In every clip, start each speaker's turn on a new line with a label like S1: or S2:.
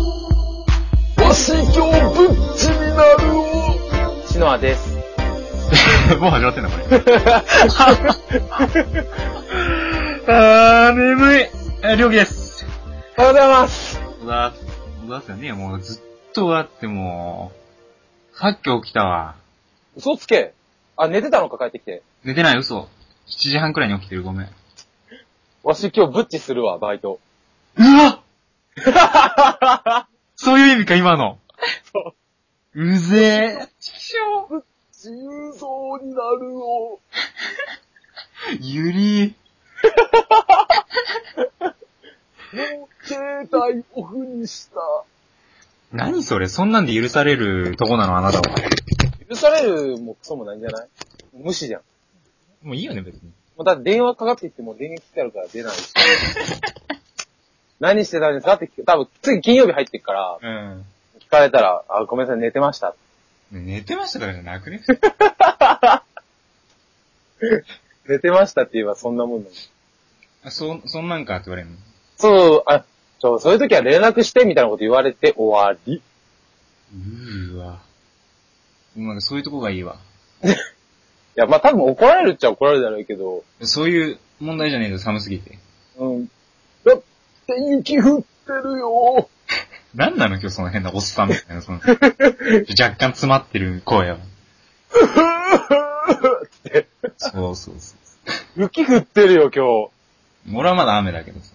S1: あー、眠い。えー、りょうきです。
S2: おはようございます。
S1: うわ、うわっすよね、もうずっとうわってもう、さっき起きたわ。
S2: 嘘つけ。あ、寝てたのか帰ってきて。
S1: 寝てない嘘。7時半くらいに起きてる、ごめん。
S2: わし今日ブッチするわ、バイト。
S1: うわそういう意味か、今の。。
S2: そう
S1: うぜえ。ちしょう。
S2: 重蔵になるよ。
S1: ゆり。
S2: 携帯オフにした。
S1: 何それそんなんで許されるとこなの、あなたは。
S2: 許されるもクソもないんじゃない無視じゃん。
S1: もういいよね、別に。
S2: もうだって電話かかってきても電源切ってあるから出ないし。何してたんですかって聞く。多分次金曜日入ってくから、
S1: うん。
S2: 聞かれたら、あ、ごめんなさい、寝てました。
S1: 寝てましたからじゃなくね
S2: 寝てましたって言えばそんなもんだもん
S1: あそ、そんなんかって言われるの
S2: そう、あ、そう、そういう時は連絡してみたいなこと言われて終わり。
S1: うーわ。なんかそういうとこがいいわ。
S2: いや、まあ多分怒られるっちゃ怒られるだろうけど、
S1: そういう問題じゃねえぞ、寒すぎて。
S2: うん。だって雪降ってるよ
S1: なんなの今日その変なおっさんみたいな、 その、若干詰まってる声は。そうそうそ
S2: 雪降ってるよ、今日。
S1: う。俺はまだ雨だけどさ。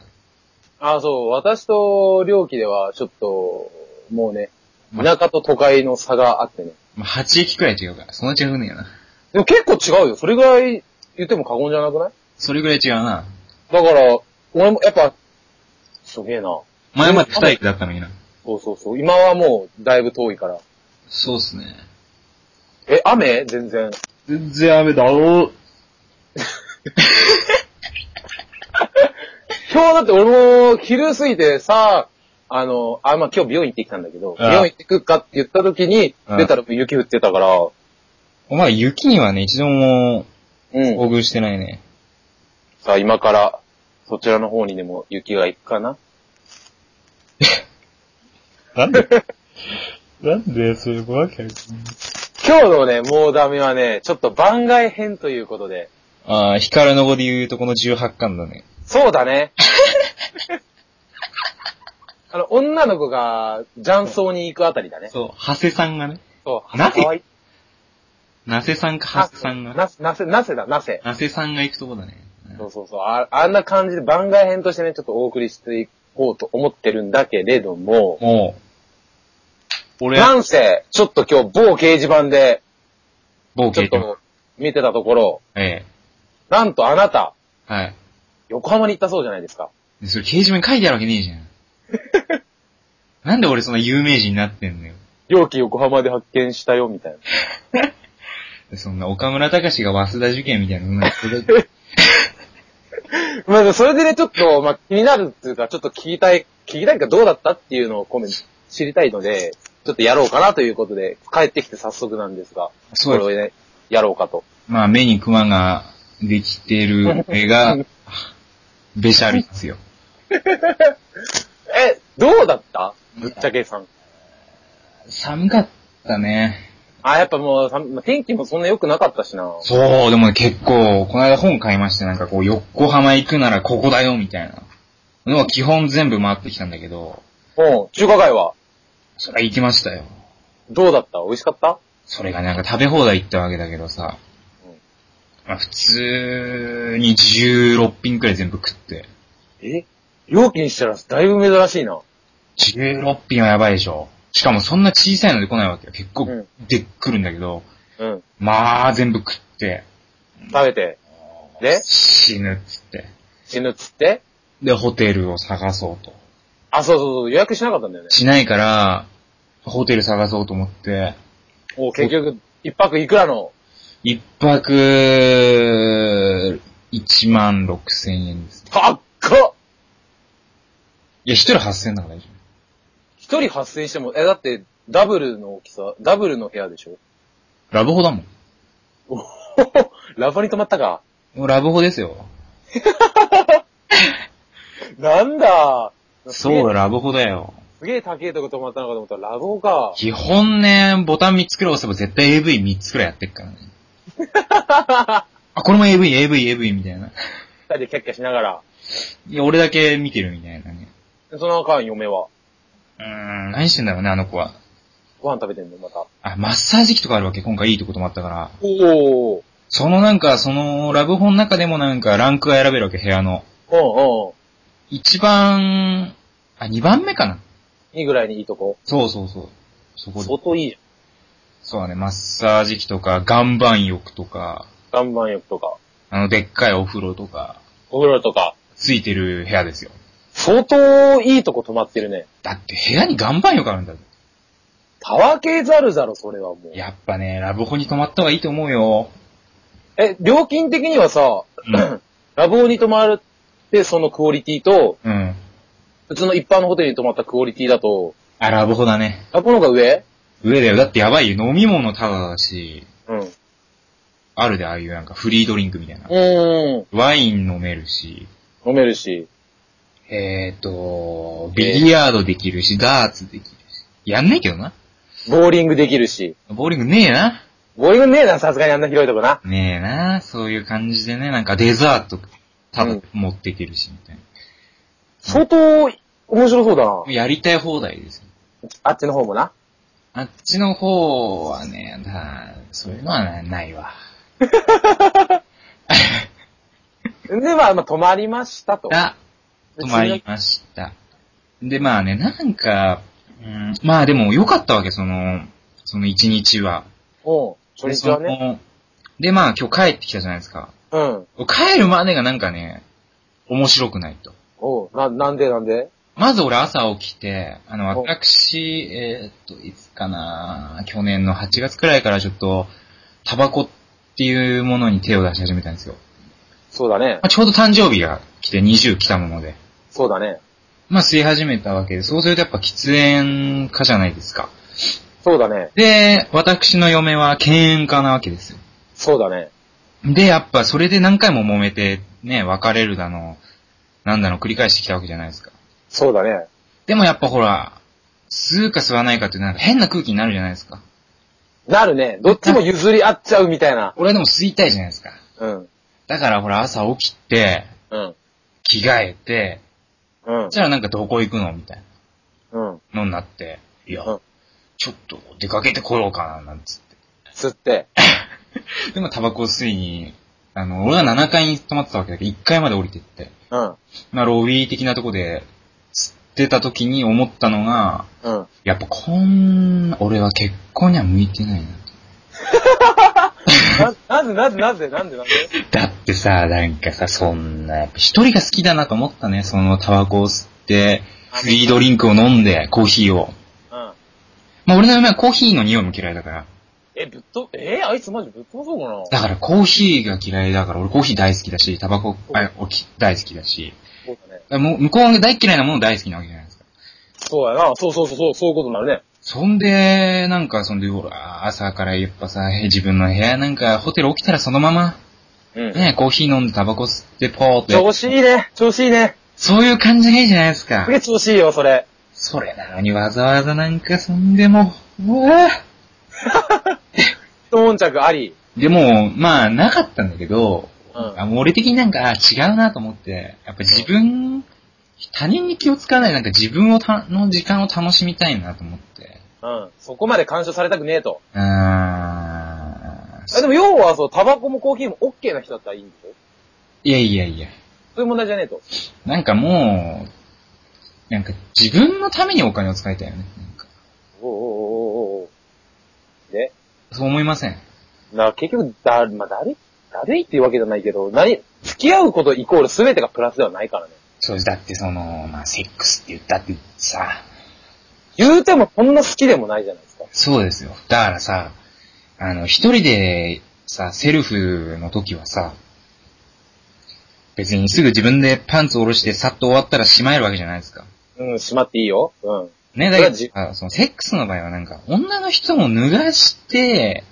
S2: あ、そう、私と良気では、ちょっと、もうね、田舎と都会の差があってね。
S1: まあ、8駅くらい違うから、そんな違うねえな。
S2: でも結構違うよ。それぐらい言っても過言じゃなくない
S1: それぐらい違うな。
S2: だから、俺もやっぱ、すげえな。
S1: 前まで2駅だったのにな。
S2: そうそうそう。今はもう、だいぶ遠いから。
S1: そうっすね。
S2: え、雨全然。
S1: 全然雨だろ
S2: 今日だって俺も昼過ぎてさ、あの、あ、まあ、今日美容院行ってきたんだけど、
S1: ああ
S2: 美容院行ってくっかって言った時に、
S1: ああ
S2: 出たら雪降ってたから、
S1: お前雪にはね、一度も
S2: うん。
S1: 遭遇してないね。
S2: さあ今から、そちらの方にでも雪が行くかな
S1: なんで なんでそういうわけ
S2: 今日のね、もうダメはね、ちょっと番外編ということで。
S1: ああ、ヒカルの語で言うとこの18巻だね。
S2: そうだ ね。あの、女の子が、雀荘に行くあたりだね。
S1: そう、長谷さんがね。
S2: そう。
S1: なぜ
S2: かわいい
S1: なせさんか長谷さんが。
S2: な、なせ、なせだ、なせ。
S1: なせさんが行くとこだね。
S2: そうそうそう。ああんな感じで番外編としてね、ちょっとお送りしていこうと思ってるんだけれども、
S1: もう、俺は
S2: なんせ、ちょっと今日某掲示板で、
S1: 某
S2: ちょ
S1: 経
S2: っ
S1: 験。
S2: と見てたところ、
S1: え
S2: なんとあなた、
S1: え。はい。
S2: 横浜に行ったそうじゃないですか。
S1: でそれ掲示板に書いてあるわけねえじ ゃん。なんで俺そんな有名人になってんのよ。
S2: 容器横浜で発見したよ、みたいな。
S1: でそんな岡村隆史が早稲田受験みたいな、そんなそれ
S2: まあ、それでね、ちょっと、まあ、気になるっていうか、ちょっと聞きたい、聞きたいかどうだったっていうのをコメント知りたいので、ちょっとやろうかなということで、帰ってきて早速なんですが、
S1: そう
S2: こ
S1: です。
S2: れをね、やろうかと。
S1: まあ目にクマができてる絵 が、べしゃりですよ。
S2: え、どうだったぶっちゃけさん。
S1: 寒かったね。
S2: あ、やっぱもうさ、まあ天気もそんな良くなかったしな。
S1: そう、でもね、結構、この間本買いまして、なんかこう、横浜行くならここだよ、みたいな。のは基本全部回ってきたんだけど、
S2: うん、中華街は
S1: それは行きましたよ。
S2: どうだった美味しかった
S1: それがなんか食べ放題行ったわけだけどさ
S2: うん、
S1: まあ普通に16品くらい全部食って。
S2: え料金したらだいぶ珍しいな。
S1: 16品はやばいでしょ。しかもそんな小さいので来ないわけよ。結構
S2: うん、
S1: でっくるんだけど、
S2: うん。
S1: まあ全部食って、
S2: 食べて。で、
S1: 死ぬっつって。
S2: 死ぬっつって
S1: で、ホテルを探そうと。
S2: あ、そうそうそう、予約しなかったんだよね。
S1: しないから、ホテル探そうと思って、
S2: もう結局、一泊いくらの
S1: 一泊、一万六千円です。
S2: 高っか
S1: いや、一人八千だから大丈
S2: 一人発生しても、え、だって、ダブルの大きさ、ダブルの部屋でしょ
S1: 夫。ラブホだもん。
S2: ラバに泊まったか。
S1: もうラブホですよ。
S2: なんだ
S1: そう
S2: だ。
S1: だ、ラブホだよ。
S2: すげえ高いとこ泊まったの かと思ったら、ラボか。
S1: 基本ね、ボタン三つくらい押せば絶対 AV 三つくらいやってっからね。あ、これも AV、AV、AV みたいな。
S2: 二人でキャッキャしながら。
S1: いや、俺だけ見てるみたいなね。
S2: その間、嫁は。
S1: うーん、何してんだろうね、あの子は。
S2: ご飯食べてんのまた。
S1: あ、マッサージ機とかあるわけ、今回いいとこともあったから。
S2: おお。
S1: そのなんか、その、ラブホの中でもなんか、ランクが選べるわけ、部屋の。
S2: うんうん。
S1: 一番、あ、二番目かな。
S2: いいぐらいにいいとこ。
S1: そうそうそう。そこで。
S2: 相当いいじ
S1: そうだね、マッサージ機とか、岩盤浴とか、
S2: ゃん。岩盤浴とか、
S1: あの、でっかいお風呂とか、
S2: お風呂とか。
S1: ついてる部屋ですよ。
S2: 相当いいとこ泊まってるね。
S1: だって部屋に岩盤浴あるんだぜ。
S2: たわけざるざる、それはもう。
S1: やっぱね、ラブホに泊まった方がいいと思う よ。
S2: え、料金的にはさ、
S1: うん。
S2: ラボに泊まるってそのクオリティと、
S1: うん。
S2: 普通の一般のホテルに泊まったクオリティだと、
S1: あ、ラブホだね。
S2: ラボの方が上
S1: 上だよ。だってやばいよ。飲み物タダだし、
S2: うん。う
S1: あるでああいうなんかフリードリンクみたいな。
S2: ーん。
S1: ワイン飲めるし、
S2: 飲めるし。
S1: えーと、ビリヤードできるし、ダーツできるし。やんねえけどな。
S2: ボーリングできるし。
S1: ボーリングねえな。
S2: ボーリングねえな、さすがにあんな広いとこな。
S1: ねえな。そういう感じでね、なんかデザート、ただ持っていけるし、みたい
S2: 相当、面白そうだな
S1: な。。やりたい放題ですよ。
S2: あっちの方もな。
S1: あっちの方はね、なそういうのはなないわ。
S2: で、まあ、まあ、泊まりましたと。
S1: だ、
S2: で
S1: 止まりました。で、まあね、なんか、うん、まあでも良かったわけ、その、その一日は。
S2: うん。初日はね。
S1: でそので、まあ今日帰ってきたじゃないですか。
S2: うん。
S1: 帰るまでがなんかね、面白くないと。
S2: おうな、なんでなんで
S1: まず俺朝起きて、あの、
S2: お
S1: 私、えーっと、いつかな去年の8月くらいからちょっと、タバコっていうものに手を出し始めたんですよ。
S2: そうだね
S1: ま。あ、ちょうど誕生日が来て20来たもので。
S2: そうだね。
S1: まあ吸い始めたわけで、そうするとやっぱ喫煙家じゃないですか。
S2: そうだね。
S1: で、私の嫁は犬猿家なわけですよ。
S2: そうだね。
S1: で、やっぱそれで何回も揉めて、ね、別れるだの、なんだの繰り返してきたわけじゃないですか。
S2: そうだね。
S1: でもやっぱほら、吸うか吸わないかってなんか変な空気になるじゃないですか。
S2: なるね。どっちも譲り合っちゃうみたいな。
S1: 俺はでも吸いたいじゃないですか。
S2: うん。
S1: だからほら朝起きて、
S2: うん。
S1: 着替えて、
S2: うん
S1: じ。ゃあなんかどこ行くのみたい
S2: うん。
S1: なのになって、いや、
S2: うん
S1: ちょっと出かけてこようかな、なんつって。
S2: 吸って。
S1: でもタバコを吸いに、あの、俺は7階に泊まってたわけだけど、1階まで降りてって、
S2: うん。
S1: まあ、ロビー的なとこで、吸ってた時に思ったのが、
S2: うん。
S1: やっぱこんな、俺は結婚には向いてないなと。
S2: な、なぜなぜなぜなんでなんで
S1: だってさ、なんかさ、そんな、やっぱ一人が好きだなと思ったね、そのタバコを吸って、フリードリンクを飲んで、コーヒーを。
S2: うん。
S1: まあ、俺の嫁はコーヒーの匂いも嫌いだから。
S2: え、ぶっと、えーあいつマジぶっ飛ばそうかな
S1: だからコーヒーが嫌いだから、俺コーヒー大好きだし、タバコ、あ、おき大好きだし。
S2: そうだね。
S1: だからもう向こうが大嫌いなもの大好きなわけじゃないですか。
S2: そうやな。そうそうそうそう、そういうことになるね。
S1: そんで、なんか、そんで、ほら、朝からやっぱさ、自分の部屋なんか、ホテル起きたらそのまま、
S2: うん。
S1: ね、コーヒー飲んでタバコ吸ってポーっとやっ
S2: 調子いいね。調子いいね。
S1: そういう感じがいいじゃないですか
S2: す。げえ調子いいよ、それ。
S1: それなのにわざわざなんか、そんでも、うわぁ
S2: 一悶着あり。
S1: でも、まあ、なかったんだけど、
S2: うん
S1: あもう俺的になんか、あ違うなと思って、やっぱ自分、他人に気を使わない、なんか自分をた、の時間を楽しみたいなと思って。
S2: うん。そこまで干渉されたくねえと。
S1: うー ん。
S2: あでも要はそう、タバコもコーヒーも OK な人だったらいいんでしょ
S1: いやいやいや。
S2: そういう問題じゃねえと。
S1: なんかもう、なんか自分のためにお金を使いたいよね。なんか
S2: おうおうおうおうおうで、
S1: そう思いません。
S2: な、結局、だ、まあ、だるい、だるいっていうわけじゃないけど、何、付き合うことイコール全てがプラスではないからね。
S1: そう、だってその、まあ、セックスって言ったってさ、
S2: 言うてもそんな好きでもないじゃないですか。
S1: そうですよ。だからさ、あの、一人でさ、セルフの時はさ、別にすぐ自分でパンツ下ろしてさっと終わったらしまえるわけじゃないですか。
S2: うん、しまっていいよ。うん。
S1: ね、だけど
S2: それ
S1: さ、そのセックスの場合はなんか、女の人も脱がして、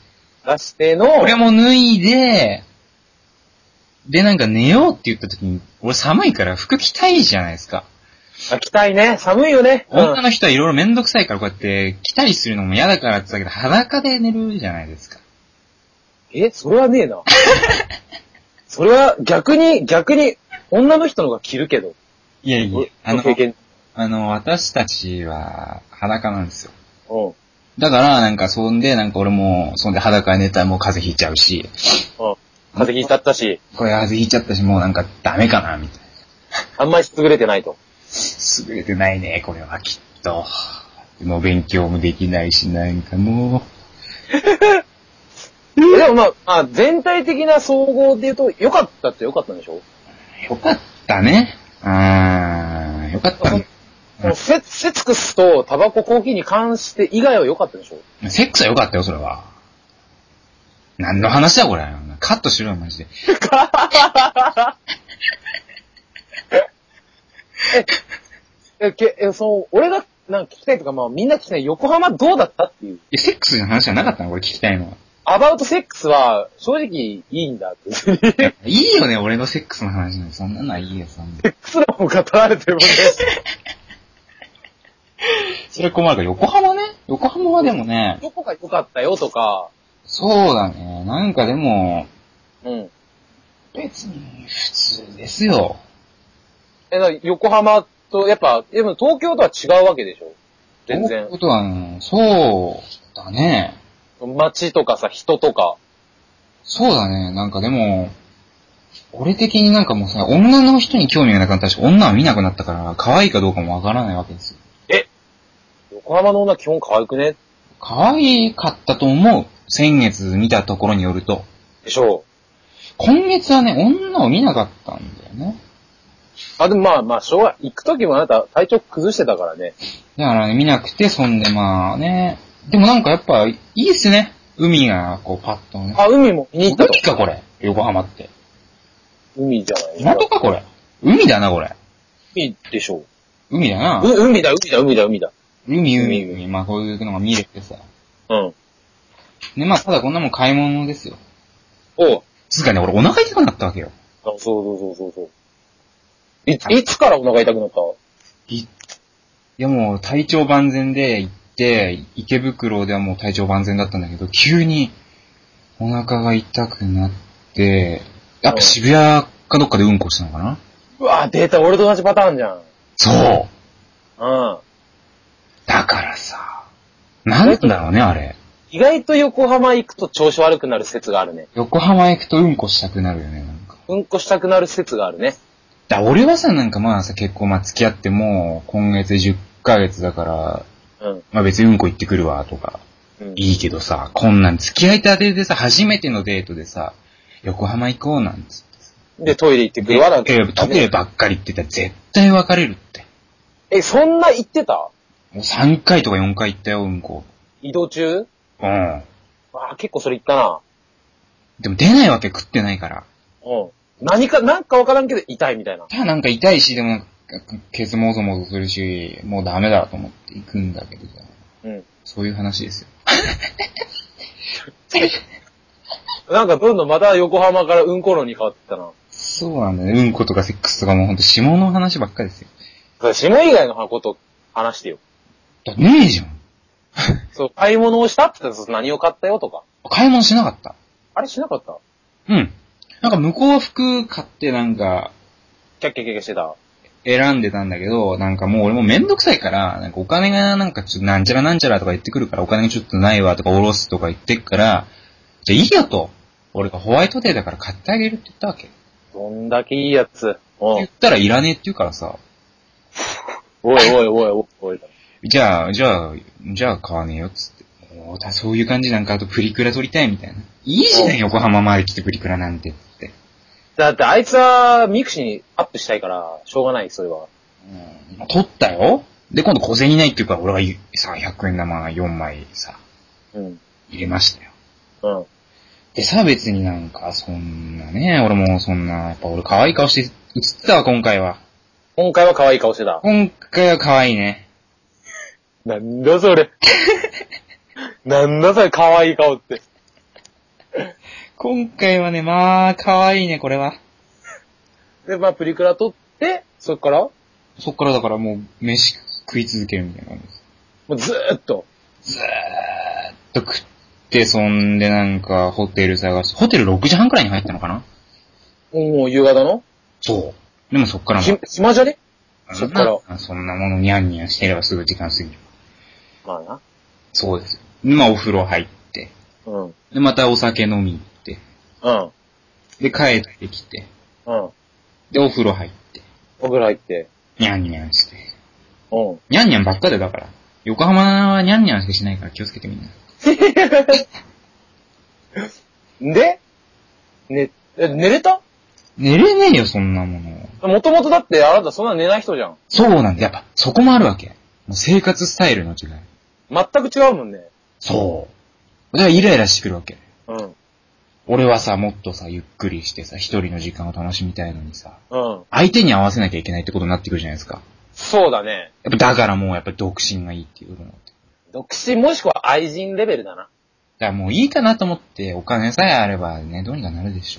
S2: 出しての、
S1: 俺も脱いで、で、なんか寝ようって言った時に、俺寒いから服着たいじゃないですか。
S2: あ着たいね。寒いよね。う
S1: 女
S2: ん。
S1: の人はいろいろめんどくさいからこうやって着たりするのも嫌だからって言ったけど、裸で寝るじゃないですか。
S2: え、それはねえ な。それは逆に、逆に、女の人の方が着るけど。
S1: いやいや、あの
S2: 経、験。
S1: あの、私たちは裸なんですよ。
S2: うん。うん。
S1: だから、なんか、そんで、なんか俺も、そんで裸に寝たらもう風邪ひいちゃうし、
S2: 風邪ひいちゃったし、
S1: これ風邪ひいちゃったし、もうなんかダメかな、みたいな。
S2: あんまり優れてないと。
S1: 優れてないね、これはきっと。もう勉強もできないし、なんかも
S2: えでもまあ、まあ、全体的な総合で言うと、良かったって良かったんでしょ
S1: う、よかったね。あー、よかったね。
S2: このセセックスとタバココーヒーに関して以外は良かったでしょ
S1: セックスはよかったよ、それは。何の話だ、これ。カットしろよ、マジで。
S2: え、け、え、そう、俺が、なんか聞きたいとか、まあみんな聞きたい、横浜どうだったっていう。
S1: えセックスの話じゃなかったのこれ聞きたいのは。
S2: アバウトセックスは、正直いいんだって。セッ
S1: いいよね、俺のセックスの話なんてそんなのはいいよ、そんな。
S2: クスの方が語られてるもんね。
S1: それ困るから、横浜ね横浜はでもね、
S2: どこが良かったよとか、
S1: そうだね。なんかでも、
S2: うん。
S1: 別に普通ですよ。
S2: え、だから横浜と、やっぱ、でも東京とは違うわけでしょ全
S1: という
S2: 然。
S1: ことは、あのそうだね。
S2: 街とかさ、人とか。
S1: そうだね。なんかでも、俺的になんかもうさ、女の人に興味がなくなったし、女は見なくなったから、可愛いかどうかもわからないわけですよ。
S2: 横浜の女基本可愛くね
S1: 可愛かったと思う。先月見たところによると。
S2: でしょ
S1: 今月はね、女を見なかったんだよね。
S2: あ、でもまあまあ、しょうが、行く時もあなた体調崩してたからね。
S1: だからね、見なくて、そんでまあね。でもなんかやっぱ、いいっすね。海が、こう、パッとね。
S2: あ、海も見に行ったと
S1: 海。かこれ。横浜って。
S2: 海じゃない
S1: 港かこれ。海だなこれ。
S2: 海でしょ
S1: 海だな。
S2: う。海だ、海だ、海だ、海だ。
S1: 海、海、
S2: 海
S1: 海。まあこういうのが見れてさ。
S2: うん。
S1: ね、まあただこんなもん買い物ですよ。
S2: おう。
S1: つうかね、俺お腹痛くなったわけよ。
S2: あそうそうそうそうそう。いつ、いつからお腹痛くなった
S1: い、いやもう体調万全で行って、池袋ではもう体調万全だったんだけど、急にお腹が痛くなって、やっぱ渋谷かどっかでうんこしたのかな
S2: うわ出た、俺と同じパターンじゃん。
S1: そう
S2: うん。
S1: だからさ、なんだろうね、あれ。
S2: 意外と横浜行くと調子悪くなる説があるね。
S1: 横浜行くとうんこしたくなるよね、なんか。
S2: うんこしたくなる説があるね。
S1: だ俺はさ、なんかまあさ、結構まあ付き合ってもう、今月10ヶ月だから、
S2: うん。
S1: まあ別にうんこ行ってくるわ、とか。
S2: うん、
S1: いいけどさ、こんなん付き合いたてでさ、初めてのデートでさ、横浜行こうなんつってさ。
S2: で、トイレ行ってくるわなん
S1: え
S2: て。
S1: トイレばっかり行ってたら絶対別れるって。
S2: え、そんな行ってた
S1: もう3回とか4回行ったよ、うんこ。
S2: 移動中
S1: うん。
S2: あー結構それ行ったな。
S1: でも出ないわけ食ってないから。
S2: うん。何か、なんかわからんけど痛いみたいな。
S1: ただなんか痛いし、でもなんか、ケツもぞもぞするし、もうダメだと思って行くんだけどさ。
S2: うん。
S1: そういう話ですよ。
S2: なんかどんどんまた横浜からうんこ論に変わってったな。
S1: そうなんだね。うんことかセックスとかもうほんと下の話ばっかりですよ。
S2: それ下以外のこと話してよ。
S1: だねえじゃん。
S2: そう、買い物をしたって言ったら何を買ったよとか。
S1: 買い物しなかった。
S2: あれしなかった
S1: うん。なんか向こうは服買ってなんか
S2: キャッキャッキャッキャしてた。
S1: 選んでたんだけど、なんかもう俺もめんどくさいから、なんかお金がなんかちょっとなんちゃらなんちゃらとか言ってくるから、お金がちょっとないわとかおろすとか言ってくから、じゃあいいやと。俺がホワイトデーだから買ってあげるって言ったわけ。って
S2: どんだけいいやつ。うん。お
S1: 言
S2: い
S1: ったらいらねえって言うからさ、
S2: おいおいおいおいおい。
S1: じゃあ、じゃあ、じゃあ買わねえよっつって。もうだそういう感じなんか、あとプリクラ撮りたいみたいな。いいじゃん、横浜まで来てプリクラなんてって。
S2: だってあいつはミクシーにアップしたいから、しょうがない、それは。
S1: うん、撮ったよで、今度小銭ないっていうから、俺がいさ、100円玉4枚さ、
S2: うん。
S1: 入れましたよ。
S2: うん。
S1: でさ、別になんか、そんなね、俺もそんな、やっぱ俺可愛い顔して映ってたわ、今回は。
S2: 今回は可愛い顔してた。
S1: 今回は可愛いね。
S2: なんだそ れ。なんだそれ、可愛い顔って。
S1: 今回はね、まあ、可愛いね、これは。
S2: で、まあ、プリクラ撮って、そっから、も
S1: そっからだからもう、飯食い続けるみたいな感じです。
S2: うずーっと。
S1: ずーっと食っって、そんでなんかホテル探して、ホテル6時半くらいに入ったのかな
S2: もう夕方の
S1: そう。でもそっからも
S2: ひ、暇じゃねそっから
S1: ら。そんなものニャンニャンしてればすぐ時間過ぎる。
S2: まあな。
S1: そうです。で、まあお風呂入って、
S2: うん。うん。
S1: で、またお酒飲み行って、
S2: うん。
S1: で、帰ってきて、
S2: お
S1: で、お風呂入って、
S2: 風呂入って。
S1: ニャンニャンして。
S2: うん。
S1: ニャンニャンばっかでだから。横浜はニャンニャンしかしないから気をつけてみんな。
S2: でね、え、寝れた
S1: 寝れねえよ、そんなもの。
S2: もともとだってあなたそんな寝ない人じゃん。
S1: そうなんだ。やっぱ、そこもあるわけ。もう生活スタイルの違い。
S2: 全く違うもんね。
S1: そう。だからイライラしてくるわけ。
S2: うん。
S1: 俺はさ、もっとさ、ゆっくりしてさ、一人の時間を楽しみたいのにさ、
S2: うん。
S1: 相手に合わせなきゃいけないってことになってくるじゃないですか。
S2: そうだね。
S1: やっぱだからもうやっぱ独身がいいっていうことになって。
S2: 独身もしくは愛人レベルだな。
S1: だからもういいかなと思って、お金さえあればね、どうにかなるでし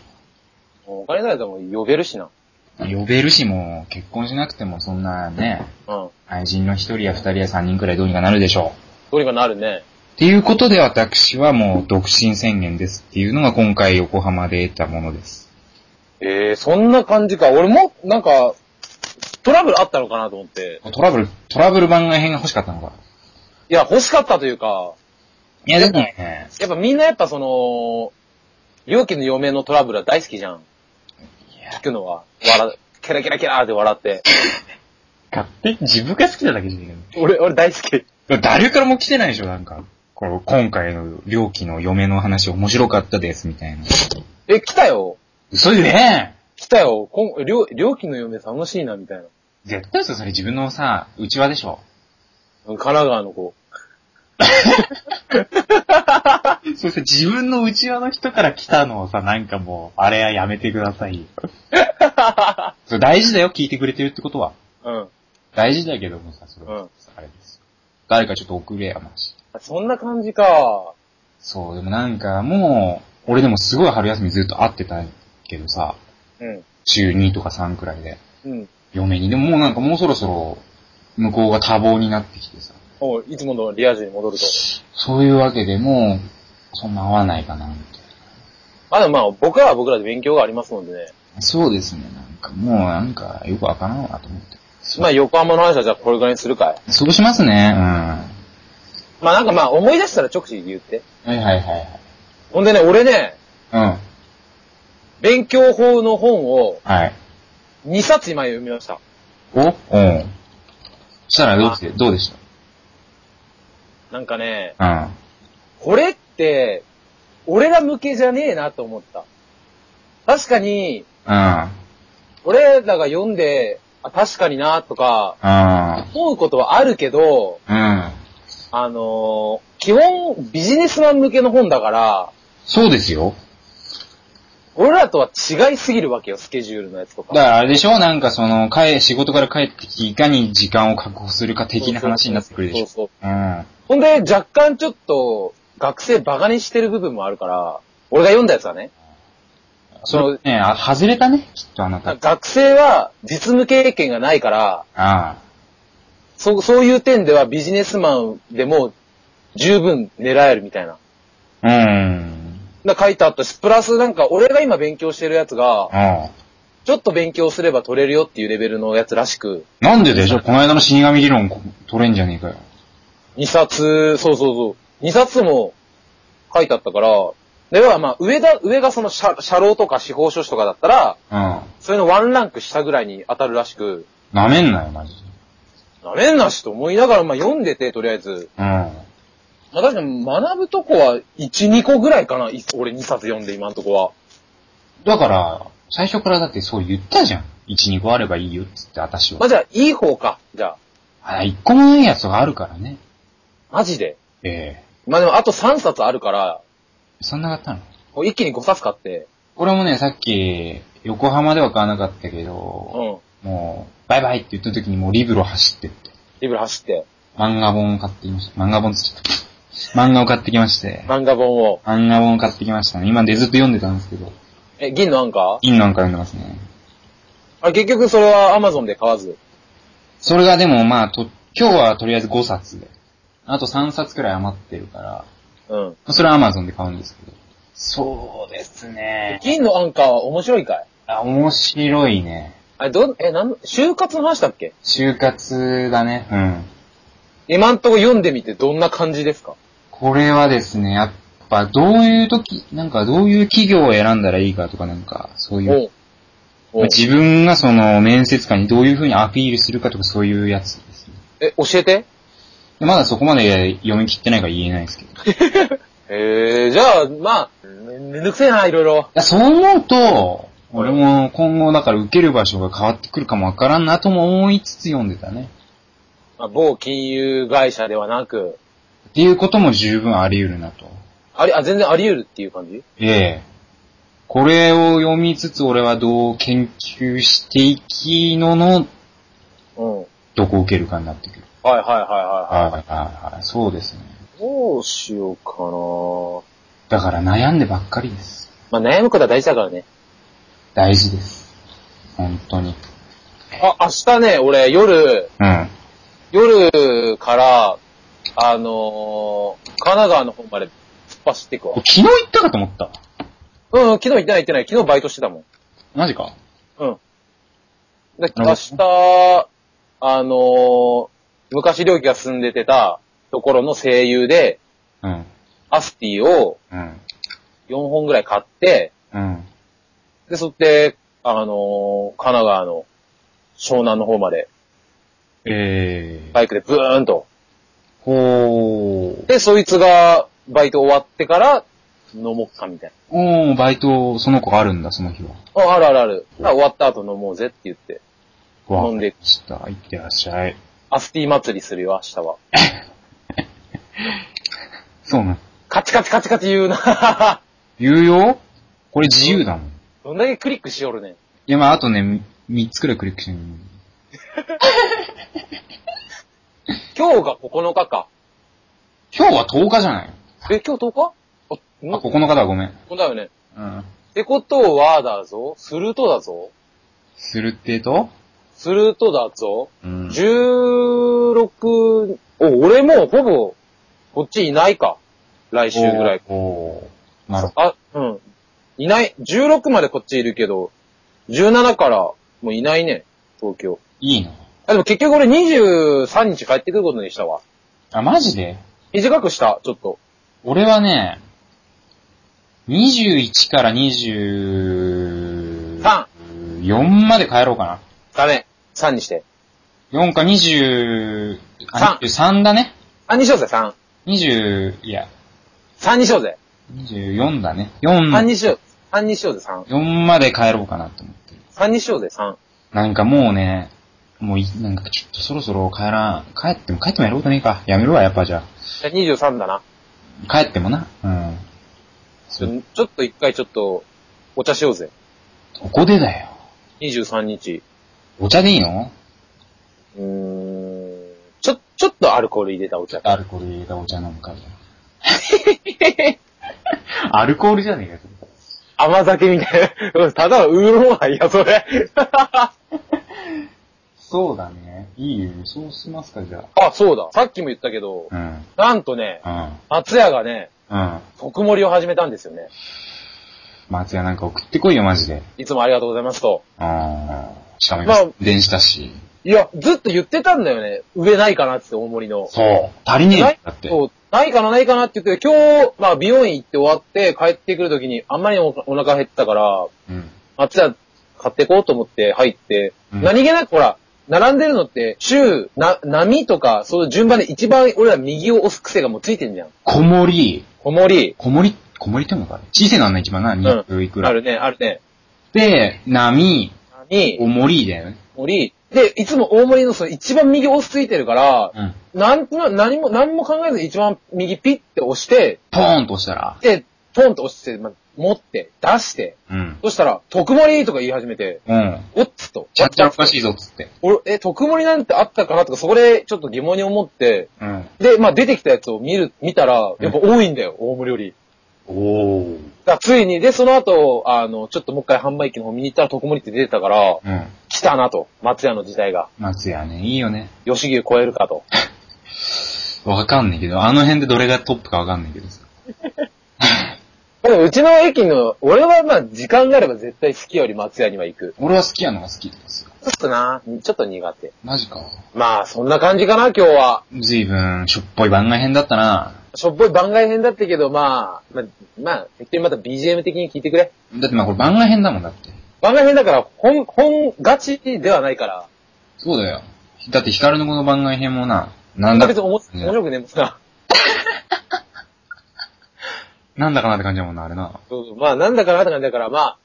S1: ょ。
S2: もうお金ないともう呼べるしな。
S1: 呼べるしもう、結婚しなくてもそんなね、
S2: うん。
S1: 愛人の一人や二人や三人くらいどうにかなるでしょう。
S2: どうにかなるね。
S1: っていうことで私はもう独身宣言ですっていうのが今回横浜で得たものです。
S2: ええそんな感じか。俺も、なんか、トラブルあったのかなと思って。
S1: トラブル、トラブル番外編が欲しかったのか。
S2: いや、欲しかったというか、
S1: いやでもね、
S2: やっぱみんなやっぱその、料金の嫁のトラブルは大好きじゃん。聞くのは。笑、ケラケラケラーって笑って。
S1: 勝手に自分が好きなだけじゃねえけど。
S2: 俺、俺大好き。
S1: 誰からも来てないでしょ、なんか。これ、今回の両機の嫁の話面白かったです、みたいな。
S2: え、来たよ。
S1: 嘘言え
S2: 来たよ。こん、料、料金の嫁楽しいな、みたいな。
S1: 絶対さ、それ自分のさ、内輪でしょ。
S2: 神奈川の子。
S1: そうさ、自分の内輪の人から来たのをさ、なんかもう、あれはやめてくださいよ。 それ大事だよ、聞いてくれてるってことは。
S2: うん。
S1: 大事だけどもさ、それは、
S2: うん
S1: あれですよ。誰かちょっと送れや、マジ。
S2: そんな感じか。
S1: そう、でもなんかもう、俺でもすごい春休みずっと会ってたけどさ、
S2: うん。
S1: 週2とか3くらいで。
S2: うん。
S1: 嫁に。でももうなんかもうそろそろ、向こうが多忙になってきてさ。
S2: もう、いつものリア充に戻ると。
S1: そういうわけでもう、そんな合わないかな、みたい
S2: まだまあ、僕らは僕らで勉強がありますのでね。
S1: な。そうですね、なんかもうなんかよくわからんわと思って。
S2: まあ、横浜の話はじゃあこれぐらいにするかい。
S1: そうしますね、うん。
S2: まあなんかまあ、思い出したら直視言って。
S1: はいはいはい
S2: ほんでね、俺ね、
S1: はい。
S2: 勉強法の本を
S1: うん。はい。
S2: 2冊今読みました。
S1: おうん。そしたらどうして、どうでし
S2: なんかね、
S1: た
S2: これって、俺ら向けじゃねえなと思った。確かに、
S1: うん。うん。
S2: 俺らが読んで、あ、確かになとか、
S1: うん。
S2: 思うことはあるけど、
S1: うん。
S2: あのー基本ビジネスマン向けの本だから、
S1: そうですよ。
S2: 俺らとは違いすぎるわけよ、スケジュールのやつと
S1: だ
S2: か。
S1: からあれでしょなんかその、帰、仕事から帰ってきて、いかに時間を確保するか的な話になってくるでしょ。
S2: そうそう
S1: うん。
S2: ほんで、若干ちょっと、学生バカにしてる部分もあるから、俺が読んだやつはね、
S1: そのね、あ外れたね、きっとあなた。あ
S2: 学生は実務経験がないから、
S1: あ。
S2: そ、そういう点ではビジネスマンでも十分狙えるみたいな。
S1: うーん。
S2: な書いてあったし、プラスなんか俺が今勉強してるやつが、
S1: ああ。
S2: ちょっと勉強すれば取れるよっていうレベルのやつらしく、
S1: なんででしょこの間の死神理論こ取れんじゃねえかよ。
S2: 2冊、そうそうそう、2冊も書いてあったから、ではまあ上だ、上がその社社労とか司法書士とかだったら、
S1: う
S2: それのワンランク下ぐらいに当たるらしく、
S1: ん。なめんなよ、マジで。
S2: なめんなしと思いながら、まあ読んでて、とりあえず。
S1: うん。
S2: まあ確かに学ぶとこは1、2個ぐらいかな。い俺2冊読んで、今のとこは。
S1: だから、最初からだってそう言ったじゃん。1、2個あればいいよ、つって、私
S2: まあ
S1: は。
S2: じゃあ、いい方か。じゃ
S1: あ、1個もないやつがあるからね。
S2: あ、マジで。
S1: ええ
S2: まあでもあと3冊あるから、
S1: そんなかったの
S2: もう一気に5冊買って、
S1: 俺もね、さっき、横浜では買わなかったけ
S2: う
S1: ど、
S2: ん。
S1: もう、バイバイって言った時にもうリブロ走ってって。
S2: リブル走って、
S1: 漫画本を買ってきました。漫画本つっちゃった。漫画を買ってきまして。
S2: 漫画本を。
S1: 漫画本を買ってきましたね。今でずっと読んでたんですけど、
S2: え、銀のアンカー
S1: 銀のアンカー読んでますね。
S2: あれ結局それは Amazon で買わず。
S1: それがでもまあ、と、今日はとりあえず5冊で。あと3冊くらい余ってるから、
S2: うん。
S1: それは Amazon で買うんですけど。そうですね。
S2: 銀のアンカーは面白いかい
S1: あ、面白いね。
S2: あれ、どん、え、なん、就活の話だっけ
S1: 就活だね。うん。
S2: 今んとこ読んでみてどんな感じですか
S1: これはですね、やっぱどういう時、なんかどういう企業を選んだらいいかとかなんか、そういう、
S2: おうおう
S1: まあ自分がその面接官にどういう風にアピールするかとかそういうやつですね。
S2: え、教えて
S1: でまだそこまで読み切ってないから言えないですけど。い
S2: えー、じゃあ、まあ、めめんどくせえな、いろいろ。
S1: や、そう思うと、俺も今後だから受ける場所が変わってくるかもわからんなとも思いつつ読んでたね。
S2: まあ、某金融会社ではなく、
S1: っていうことも十分あり得るなと。
S2: あり、あ、全然あり得るっていう感じ
S1: ええ。これを読みつつ俺はどう研究していきのの、
S2: うん。はい
S1: どこを受けるかになってくる。
S2: はいはいはいは
S1: はいはいはい。そうですね。
S2: い。どうしようか
S1: だから悩んでばっかりです。
S2: なまあ、悩むことは大事だからね。
S1: 大事です。本当に。
S2: あ、明日ね、俺、夜、
S1: うん。
S2: 夜から、あのー、神奈川の方まで突っ走っていくわ
S1: 昨。日行ったかと思った。
S2: うん、うん昨日行ってない行ってない。昨日バイトしてたもん。
S1: マジか。
S2: うん。で、
S1: なる
S2: 明
S1: ほ
S2: 日、あのー昔良樹が住んでてたところの声優で、
S1: うん。
S2: アスティを
S1: うん。
S2: 4本ぐらい買って、
S1: うん。
S2: で、そって、あのー神奈川の湘南の方まで、
S1: ええ
S2: バイクでブーンと。
S1: ほー。
S2: で、そいつがバイト終わってから、飲もっかみたい
S1: おー、バイト、その子があるんだ、その日は。
S2: な。あ、あるあるある。あ終わった後飲もうぜって言って。
S1: わ
S2: 飲んで
S1: かりました。行ってらっしゃい。
S2: アスティ祭りするよ、明日は。
S1: そうなん。
S2: カチカチカチカチ言うな
S1: 言うよこれ自由だもん。
S2: どんだけクリックしよるねん。
S1: いや、まああとね、3つくらいクリックしてる。
S2: 今日が9日か。
S1: 今日は10日じゃない
S2: え、今日10日あ、
S1: あ、
S2: ん
S1: 9日だ、ごめん。
S2: こだよね。
S1: うん。
S2: ってことはだぞ、するとだぞ、
S1: するってと
S2: するとだぞ、
S1: うん
S2: 16、お、俺もうほぼ、こっちいないか。来週ぐらい。
S1: おー。なるほど。
S2: あ、うん。いない。16までこっちいるけど、17からもういないね、東京。
S1: いいな。
S2: あ、でも結局俺23日帰ってくることにしたわ。
S1: あ、マジで
S2: 短くした、ちょっと。
S1: 俺はね、21から24
S2: 三
S1: まで帰ろうか
S2: ダメ。3にして。
S1: な。4か20、
S2: 三
S1: あ、23だね。
S2: 3にしようぜ、3。
S1: 20、いや、
S2: 3にしようぜ。
S1: 24だね。
S2: 3
S1: 4、
S2: にしよう。3にしようぜ、3。
S1: 4まで帰ろうかなと思ってる。
S2: 3にしようぜ、3。
S1: なんかもうね、もうい、なんかちょっとそろそろ帰らん。帰っても、帰ってもやることねえか。やめるわ、やっぱじゃ
S2: じゃあ23だな。
S1: あ。帰ってもな。うん。そ
S2: うんちょっと一回ちょっと、お茶しようぜ。
S1: ここでだよ。
S2: 23日。
S1: お茶でいいの
S2: うーん。ちょ、ちょっとアルコール入れたお茶。
S1: アルコール入れたお茶飲む から。アルコールじゃねえか、
S2: 甘酒みたいな。 うんただのウーロンハイや、それ。 あ、
S1: そうだね。いいよ。そうしますか、じゃ
S2: そうだ。さっきも言ったけど、
S1: あ。うん。
S2: なんとね、
S1: うん。
S2: 松屋がね、
S1: うん。
S2: 特盛りを始めたんですよね。
S1: 松屋なんか送ってこいよ、マジで。
S2: いつもありがとうございますと。
S1: ああ。しかも
S2: まあ
S1: 今、電子だし。
S2: いや、ずっと言ってたんだよね。上ないかなって、大盛りの。
S1: そう。足りねえ
S2: な
S1: よ
S2: い、
S1: だって。
S2: そうないかな、ないかなって言って、今日、まあ、美容院行って終わって、帰ってくるときに、あんまりおお腹減ってたから、
S1: うん。
S2: 松屋買ってこうと思って入って、
S1: うん
S2: 何気なくほら、並んでるのって、週、な、波とか、その順番で一番俺ら右を押す癖がもうついてんじゃん。
S1: 小盛り。
S2: 小盛り。
S1: 小盛り、小盛りってのかな小さいのあんな一番な、肉いくら。
S2: あるね、あるね。
S1: で、波、
S2: 波、
S1: お盛りだよね。
S2: 盛り。で、いつも大盛りのその一番右押すついてるから、
S1: うん。
S2: なんとな何も、何も考えずに一番右ピッて押して、
S1: ポーンと押したら。
S2: で、ポンと押して、ま、持って、出して、
S1: うん。
S2: そしたら、特盛りとか言い始めて、
S1: うん。
S2: おっつと。
S1: ちゃっちゃおかしいぞ、つって。
S2: 俺、え、特盛りなんてあったかなとか、そこでちょっと疑問に思って、
S1: うん。
S2: で、まあ出てきたやつを見る、見たら、やっぱ多いんだよ、大盛りより。
S1: おー。
S2: だからついに、で、その後、あの、ちょっともう一回販売機の方見に行ったら特盛りって出てたから、
S1: うん。
S2: 来たなと、松屋の時代が。
S1: 松屋ね、いいよね。
S2: 吉牛超えるかと。
S1: わかんないけど、あの辺でどれがトップかわかんないけどさ。
S2: まあでもうちの駅の、俺はまあ時間があれば絶対好きより松屋には行く。
S1: 俺は好きやのが好きなんですよ。
S2: ちょっとな、ちょっと苦手。
S1: マジか。
S2: まあそんな感じかな今日は。
S1: 随分、しょっぽい番外編だったな。
S2: しょっぽい番外編だったけど、まあ、まあ、まあ、適当にまた BGM 的に聞いてくれ。
S1: だってまあこれ番外編だもんだって。
S2: 番外編だから、本、本、ガチではないから。
S1: そうだよ。だってヒカルのこの番外編もな、な
S2: なんん
S1: だ
S2: 別に面面白くねえもんな。
S1: なんだかなって感じだもんな、あれな。
S2: うんまあなんだかなって感じだから、まあ、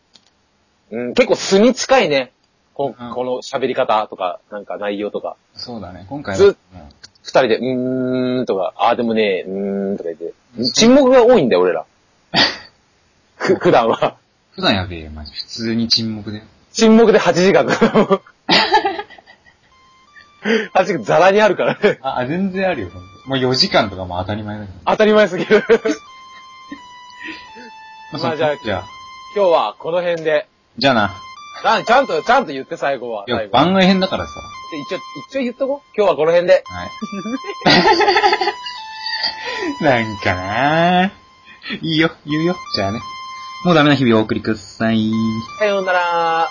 S2: うん、結構素に近いね。こ
S1: うん
S2: この喋り方とか、なんか内容とか。
S1: そうだね、今回は。
S2: ず
S1: うん
S2: 二人で、うーんとか、ああでもねえ、うーんとか言って。沈黙が多いんだよ、俺 ら。ふ普段は。
S1: 普段やべえよ、マジ。普通に沈黙で。
S2: 沈黙で8時間とか。8時間ザラにあるからね。
S1: あ、あ全然あるよ。もう4時間とかも当たり前だけど。
S2: 当たり前すぎる。
S1: まあ、
S2: まあ
S1: その
S2: じゃあ
S1: じゃあ、
S2: 今日はこの辺で。
S1: じゃあな。
S2: なんちゃんと、ちゃんと言って最後は。
S1: いや
S2: 最、後
S1: 番外編だからさ。
S2: 一応、一応言っとこう。今日はこの辺で。
S1: はい。なんかなぁ。いいよ、言うよ。じゃあね。もうダメな日々をお送りください。
S2: さようなら。